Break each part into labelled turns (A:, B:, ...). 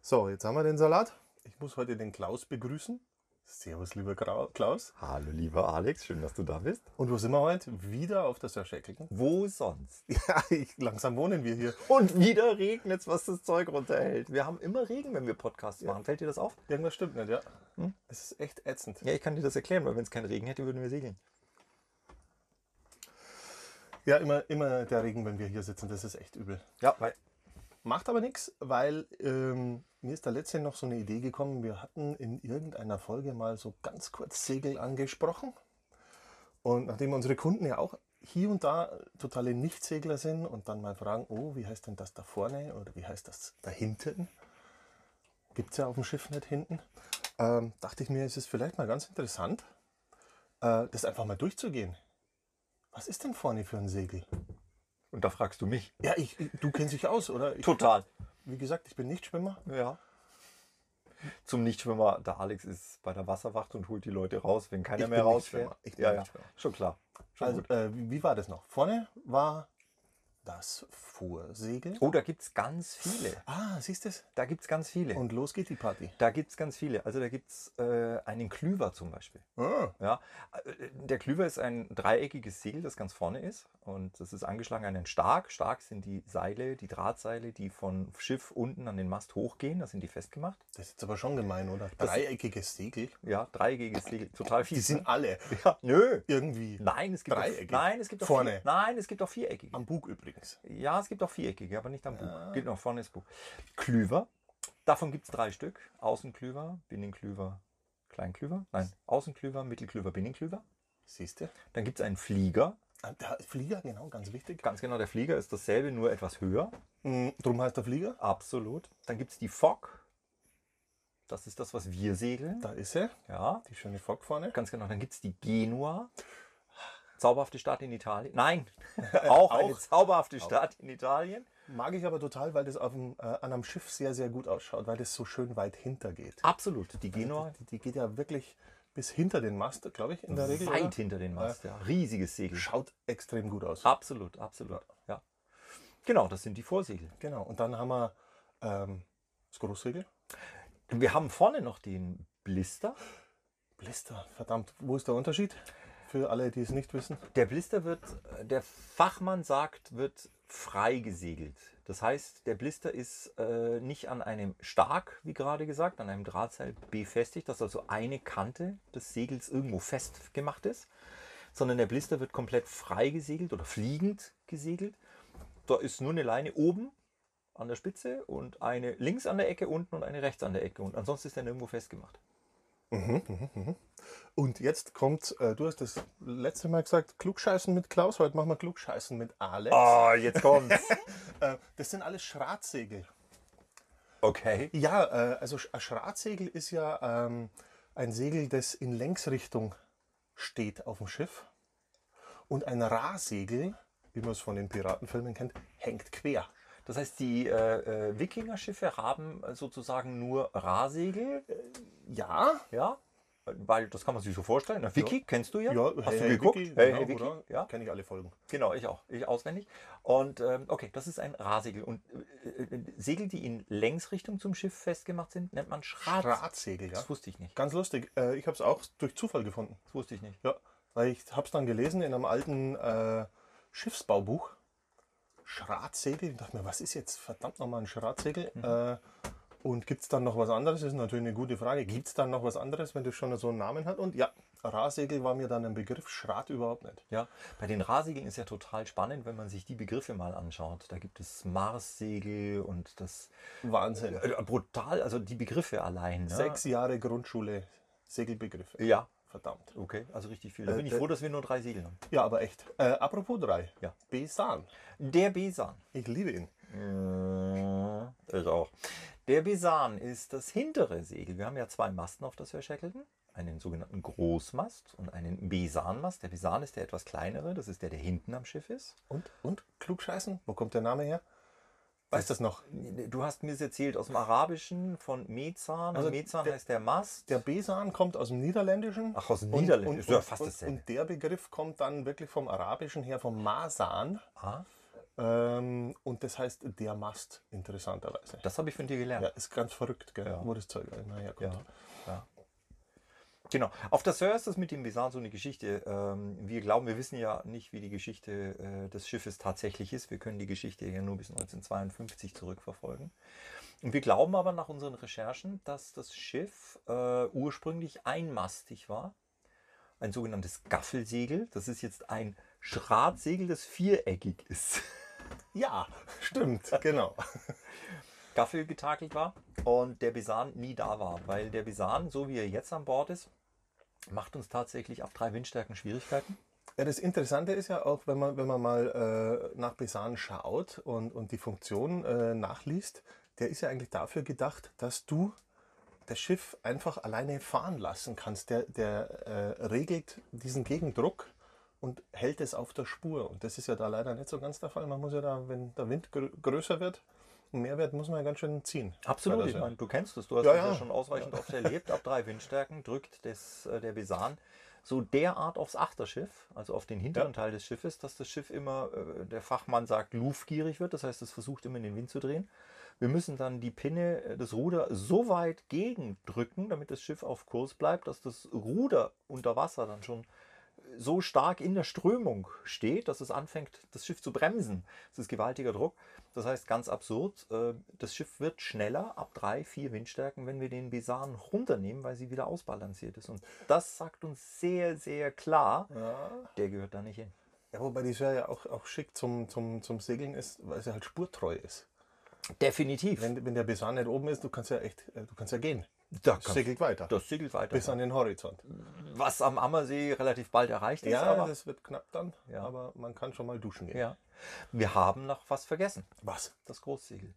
A: So, jetzt haben wir den Salat. Ich muss heute den Klaus begrüßen. Servus, lieber Grau- Klaus.
B: Hallo lieber Alex, schön, dass du da bist.
A: Und wo sind wir heute? Wieder auf der Sir Shackleton.
B: Wo sonst?
A: Ja, ich, langsam wohnen wir hier.
B: Und wieder regnet es, was das Zeug runterhält. Wir haben immer Regen, wenn wir Podcasts machen. Fällt dir das auf?
A: Irgendwas stimmt nicht, ja. Es ist echt ätzend.
B: Ja, ich kann dir das erklären, weil wenn es keinen Regen hätte, würden wir segeln.
A: Ja, immer, immer der Regen, wenn wir hier sitzen, das ist echt übel.
B: Ja, weil
A: Macht aber nichts, weil ähm, mir ist da letztens noch so eine Idee gekommen. Wir hatten in irgendeiner Folge mal so ganz kurz Segel angesprochen. Und nachdem unsere Kunden ja auch hier und da totale Nichtsegler sind und dann mal fragen, oh, wie heißt denn das da vorne oder wie heißt das da hinten? Gibt es ja auf dem Schiff nicht hinten. Ähm, dachte ich mir, es ist vielleicht mal ganz interessant, äh, das einfach mal durchzugehen. Was ist denn vorne für ein Segel?
B: Und da fragst du mich.
A: Ja, ich, ich, du kennst dich aus, oder? Ich,
B: Total.
A: wie gesagt, ich bin Nichtschwimmer.
B: Ja. Zum Nichtschwimmer, der Alex ist bei der Wasserwacht und holt die Leute raus, wenn keiner
A: Ich
B: mehr
A: bin
B: rausfährt.
A: Nichtschwimmer. Ich bin
B: ja, ja,
A: Nichtschwimmer.
B: schon klar. Schon
A: Also,
B: gut.
A: äh, wie, wie war das noch? Vorne war das Vorsegel.
B: Oh, da gibt es ganz viele.
A: Ah, siehst du es?
B: Da gibt es ganz viele.
A: Und los geht die Party.
B: da gibt es ganz viele. Also da gibt es äh, einen Klüver zum Beispiel.
A: Ah,
B: Ja, äh, der Klüver ist ein dreieckiges Segel, das ganz vorne ist und das ist angeschlagen an einen Stark. Stark sind die Seile, die Drahtseile, die von Schiff unten an den Mast hochgehen, da sind die festgemacht.
A: das ist jetzt aber schon gemein, oder? Dreieckiges Segel.
B: Ja, dreieckiges Segel, total
A: Die
B: fies. ne?
A: sind alle
B: ja, nö,
A: irgendwie.
B: Nein, es gibt
A: Dreieckig.
B: Auch, nein, es gibt auch
A: Vorne.
B: Vier, nein, es gibt auch viereckige.
A: Am Ah. Bug übrigens.
B: Ja, es gibt auch viereckige, aber nicht am Bug. Gibt noch vorne ist Bug. Klüver. Davon gibt es drei Stück. Außenklüver, Binnenklüver, Kleinklüver. Nein, Außenklüver, Mittelklüver, Binnenklüver.
A: Siehst du?
B: Dann gibt es einen Flieger.
A: Ah, Der Flieger, genau, ganz wichtig.
B: Ganz genau, der Flieger ist dasselbe, nur etwas höher.
A: Mhm, Drum heißt der Flieger.
B: Absolut. Dann gibt es die Fock. Das ist das, was wir segeln.
A: Da ist er.
B: Ja,
A: Die schöne Fock vorne.
B: ganz genau. Dann gibt es die Genua. Zauberhafte Stadt in Italien. Nein, auch, eine
A: Auch.
B: zauberhafte Stadt in Italien.
A: Mag ich aber total, weil das auf dem, äh, an einem Schiff sehr, sehr gut ausschaut, weil das so schön weit hinter geht.
B: Absolut. Die Genua
A: Die, die geht ja wirklich bis hinter den Mast, glaube ich, in der Regel.
B: weit
A: oder?
B: hinter den Mast, ja. Riesiges Segel.
A: Schaut extrem gut aus.
B: Absolut, absolut. Ja. Genau, das sind die Vorsegel.
A: Genau, und dann haben wir ähm, das Großsegel.
B: Wir haben vorne noch den Blister.
A: Blister, verdammt, wo ist der Unterschied? Für alle, die es nicht wissen.
B: Der Blister wird, äh, der Fachmann sagt, wird frei gesegelt. Das heißt, der Blister ist äh, nicht an einem Stark, wie gerade gesagt, an einem Drahtseil befestigt, dass also eine Kante des Segels irgendwo festgemacht ist, sondern der Blister wird komplett frei gesegelt oder fliegend gesegelt. Da ist nur eine Leine oben an der Spitze und eine links an der Ecke unten und eine rechts an der Ecke und ansonsten ist er nirgendwo festgemacht.
A: Und jetzt kommt, äh, du hast das letzte Mal gesagt, Klugscheißen mit Klaus, heute machen wir Klugscheißen mit Alex.
B: Ah, jetzt kommt's.
A: Äh, das sind alles Schratsegel.
B: Okay.
A: Ja, äh, also Sch- ein Schratsegel ist ja ähm, ein Segel, das in Längsrichtung steht auf dem Schiff. Und ein Rahsegel, wie man es von den Piratenfilmen kennt, hängt quer.
B: Das heißt, die äh, äh, Wikinger-Schiffe haben äh, sozusagen nur Rahsegel, äh,
A: Ja,
B: ja? Weil das kann man sich so vorstellen. Na, Wiki kennst du ja.
A: Ja,
B: Hast
A: hey,
B: du
A: hey,
B: geguckt?
A: Wiki,
B: hey,
A: genau,
B: hey, Wiki.
A: oder?
B: Ja,
A: Kenne ich alle Folgen.
B: genau, ich auch. Ich auswendig. Und ähm, okay, das ist ein Rahsegel. Und äh, äh, Segel, die in Längsrichtung zum Schiff festgemacht sind, nennt man Schrat.
A: Drahtsegel, ja.
B: Das wusste ich nicht.
A: Ganz lustig. Äh, ich habe es auch durch Zufall gefunden.
B: Das wusste ich nicht.
A: Ja, weil ich habe es dann gelesen in einem alten äh, Schiffsbaubuch. Schratsegel. Ich dachte mir, was ist jetzt verdammt nochmal ein Schratsegel? Äh, und gibt es dann noch was anderes? Das ist natürlich eine gute Frage. Gibt es dann noch was anderes, wenn das schon so einen Namen hat? Und ja, Rahsegel war mir dann ein Begriff, Schrat überhaupt nicht.
B: Ja, bei den Rahsegeln ist ja total spannend, wenn man sich die Begriffe mal anschaut. Da gibt es Marssegel und das
A: Wahnsinn.
B: äh, brutal, also die Begriffe allein. Ne?
A: Sechs Jahre Grundschule, Segelbegriffe.
B: Ja,
A: Verdammt.
B: Okay, also richtig viel. Da
A: Äh,
B: bin ich
A: der-
B: froh, dass wir nur drei Segel haben.
A: Ja, aber echt. Äh, apropos drei.
B: Ja.
A: Besan.
B: Der Besan.
A: Ich liebe ihn.
B: Äh, ich auch. Der Besan ist das hintere Segel. Wir haben ja zwei Masten, auf das wir Shackleton. Einen sogenannten Großmast und einen Besanmast. Der Besan ist der etwas kleinere, das ist der, der hinten am Schiff ist.
A: Und, und, klugscheißen? Wo kommt der Name her? Weißt du das noch?
B: Du hast mir es erzählt aus dem Arabischen von Mezan.
A: Also
B: Also Mezan
A: der-
B: heißt der Mast.
A: Der Besan kommt aus dem Niederländischen.
B: Ach, aus dem
A: Und-
B: Niederländischen.
A: Und,
B: Ist ja
A: und-
B: fast
A: und,
B: dasselbe.
A: Und der Begriff kommt dann wirklich vom Arabischen her, vom Masan.
B: ah,
A: Ähm, und das heißt der Mast, interessanterweise.
B: das habe ich von dir gelernt.
A: Ja, ist ganz verrückt, gell,
B: Ja.
A: wo das Zeug immer herkommt.
B: Ja, ja. Genau. Auf der Sir ist das mit dem Besan so eine Geschichte. Ähm, wir glauben, wir wissen ja nicht, wie die Geschichte äh, des Schiffes tatsächlich ist. Wir können die Geschichte ja nur bis 1952 zurückverfolgen. Und wir glauben aber nach unseren Recherchen, dass das Schiff äh, ursprünglich einmastig war. Ein sogenanntes Gaffelsegel. Das ist jetzt ein Schratsegel, das viereckig ist.
A: Ja, stimmt, genau.
B: Gaffel getakelt war und der Besan nie da war, weil der Besan, so wie er jetzt an Bord ist, macht uns tatsächlich ab drei Windstärken Schwierigkeiten.
A: Ja, das Interessante ist ja auch, wenn man, wenn man mal äh, nach Besan schaut und, und die Funktion äh, nachliest, der ist ja eigentlich dafür gedacht, dass du das Schiff einfach alleine fahren lassen kannst. Der, der äh, regelt diesen Gegendruck und hält es auf der Spur. Und das ist ja da leider nicht so ganz der Fall. Man muss ja da, wenn der Wind grö größer wird, mehr wird, muss man ja ganz schön ziehen. Weil
B: Absolut,
A: das
B: ich
A: ja-
B: meine, du kennst es, du hast
A: Ja,
B: es ja,
A: ja.
B: schon ausreichend oft erlebt. Ab drei Windstärken drückt des, äh, der Besan so derart aufs Achterschiff, also auf den hinteren Teil des Schiffes, dass das Schiff immer, äh, der Fachmann sagt, luftgierig wird. Das heißt, es versucht immer in den Wind zu drehen. Wir müssen dann die Pinne, äh, das Ruder so weit gegendrücken, damit das Schiff auf Kurs bleibt, dass das Ruder unter Wasser dann schon so stark in der Strömung steht, dass es anfängt, das Schiff zu bremsen. Das ist gewaltiger Druck. Das heißt, ganz absurd, äh, das Schiff wird schneller ab drei, vier Windstärken, wenn wir den Besan runternehmen, weil sie wieder ausbalanciert ist. Und das sagt uns sehr, sehr klar, der gehört da nicht hin.
A: Ja, wobei die Serie ja auch, auch schick zum, zum, zum Segeln ist, weil sie halt spurtreu ist.
B: Definitiv.
A: Wenn, wenn der Besan nicht oben ist, du kannst ja echt, äh, du kannst ja gehen.
B: da
A: Das
B: kann-
A: segelt weiter.
B: das segelt weiter.
A: Bis an den Horizont.
B: Was am Ammersee relativ bald erreicht ist.
A: Ja,
B: aber,
A: das wird knapp dann,
B: Ja.
A: aber man kann schon mal duschen gehen.
B: ja. Wir haben noch was vergessen.
A: Was?
B: Das Großsegel.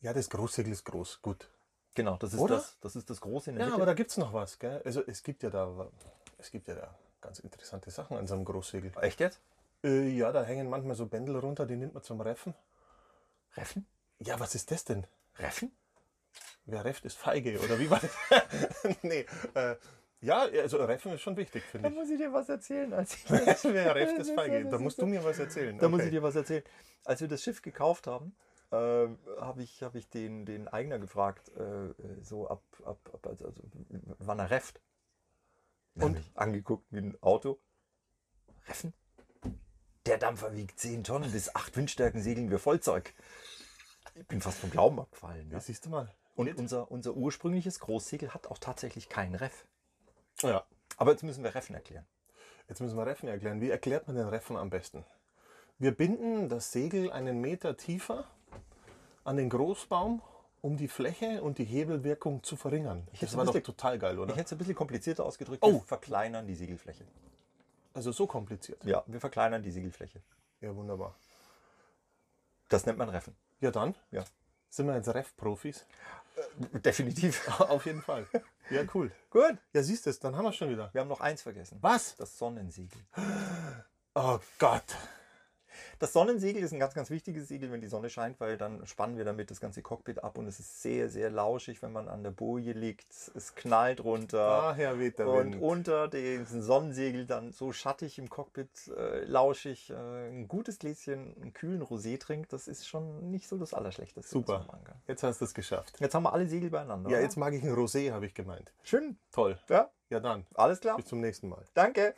A: Ja, das Großsegel ist groß, gut.
B: Genau, das ist,
A: Oder?
B: das, das, ist das Große in der
A: Ja,
B: Mitte.
A: aber da gibt es noch was, gell? Also es gibt ja da, es gibt ja da ganz interessante Sachen an so einem Großsegel.
B: Echt jetzt?
A: Äh, ja, da hängen manchmal so Bändel runter, die nimmt man zum Reffen.
B: Reffen?
A: Ja, was ist das denn?
B: Reffen?
A: Wer refft, ist feige, oder wie war das? nee, äh, ja, also Reffen ist schon wichtig, finde
B: Da
A: ich.
B: muss ich dir was erzählen. Als ich
A: Wer refft, ist
B: Das
A: feige.
B: ist-
A: Da musst du mir was erzählen.
B: Da muss
A: Okay.
B: ich dir was erzählen. Als wir das Schiff gekauft haben, ähm, habe ich, hab ich den, den Eigner gefragt, äh, so ab, ab, ab also, also, wann er refft.
A: Und?
B: Und angeguckt wie ein Auto. Reffen? Der Dampfer wiegt 10 Tonnen, bis 8 Windstärken segeln wir Vollzeug. Ich bin fast vom Glauben abgefallen.
A: Ja,
B: Ne?
A: siehst du mal.
B: Und unser, unser ursprüngliches Großsegel hat auch tatsächlich keinen Reff.
A: Ja,
B: Aber jetzt müssen wir Reffen erklären.
A: Jetzt müssen wir Reffen erklären. Wie erklärt man den Reffen am besten? Wir binden das Segel einen Meter tiefer an den Großbaum, um die Fläche und die Hebelwirkung zu verringern.
B: hätte
A: Das war doch
B: gewusst,
A: total geil,
B: Ich
A: oder?
B: hätte es ein bisschen komplizierter ausgedrückt.
A: Oh.
B: Wir verkleinern die Segelfläche.
A: Also so kompliziert.
B: Ja, wir verkleinern die Segelfläche.
A: Ja, wunderbar.
B: Das nennt man Reffen.
A: Ja, dann
B: Ja,
A: sind wir jetzt Reff-Profis.
B: definitiv.
A: Auf jeden Fall. Ja, cool.
B: Gut.
A: Ja, siehst du es, dann haben wir es schon wieder.
B: Wir haben noch eins vergessen.
A: Was?
B: Das Sonnensegel.
A: Oh Gott.
B: Das Sonnensegel ist ein ganz, ganz wichtiges Segel, wenn die Sonne scheint, weil dann spannen wir damit das ganze Cockpit ab und es ist sehr, sehr lauschig, wenn man an der Boje liegt. Es knallt runter.
A: Daher weht der
B: und
A: Wind.
B: unter dem Sonnensegel dann so schattig im Cockpit, äh, lauschig, äh, ein gutes Gläschen, einen kühlen Rosé trinkt, das ist schon nicht so das Allerschlechteste. Was
A: Super.
B: man machen kann.
A: Jetzt hast du es geschafft.
B: Jetzt haben wir alle Segel beieinander.
A: Ja,
B: oder?
A: jetzt mag ich ein Rosé, habe ich gemeint.
B: Schön.
A: Toll.
B: Ja,
A: Ja, dann.
B: alles klar.
A: Bis zum nächsten Mal.
B: Danke.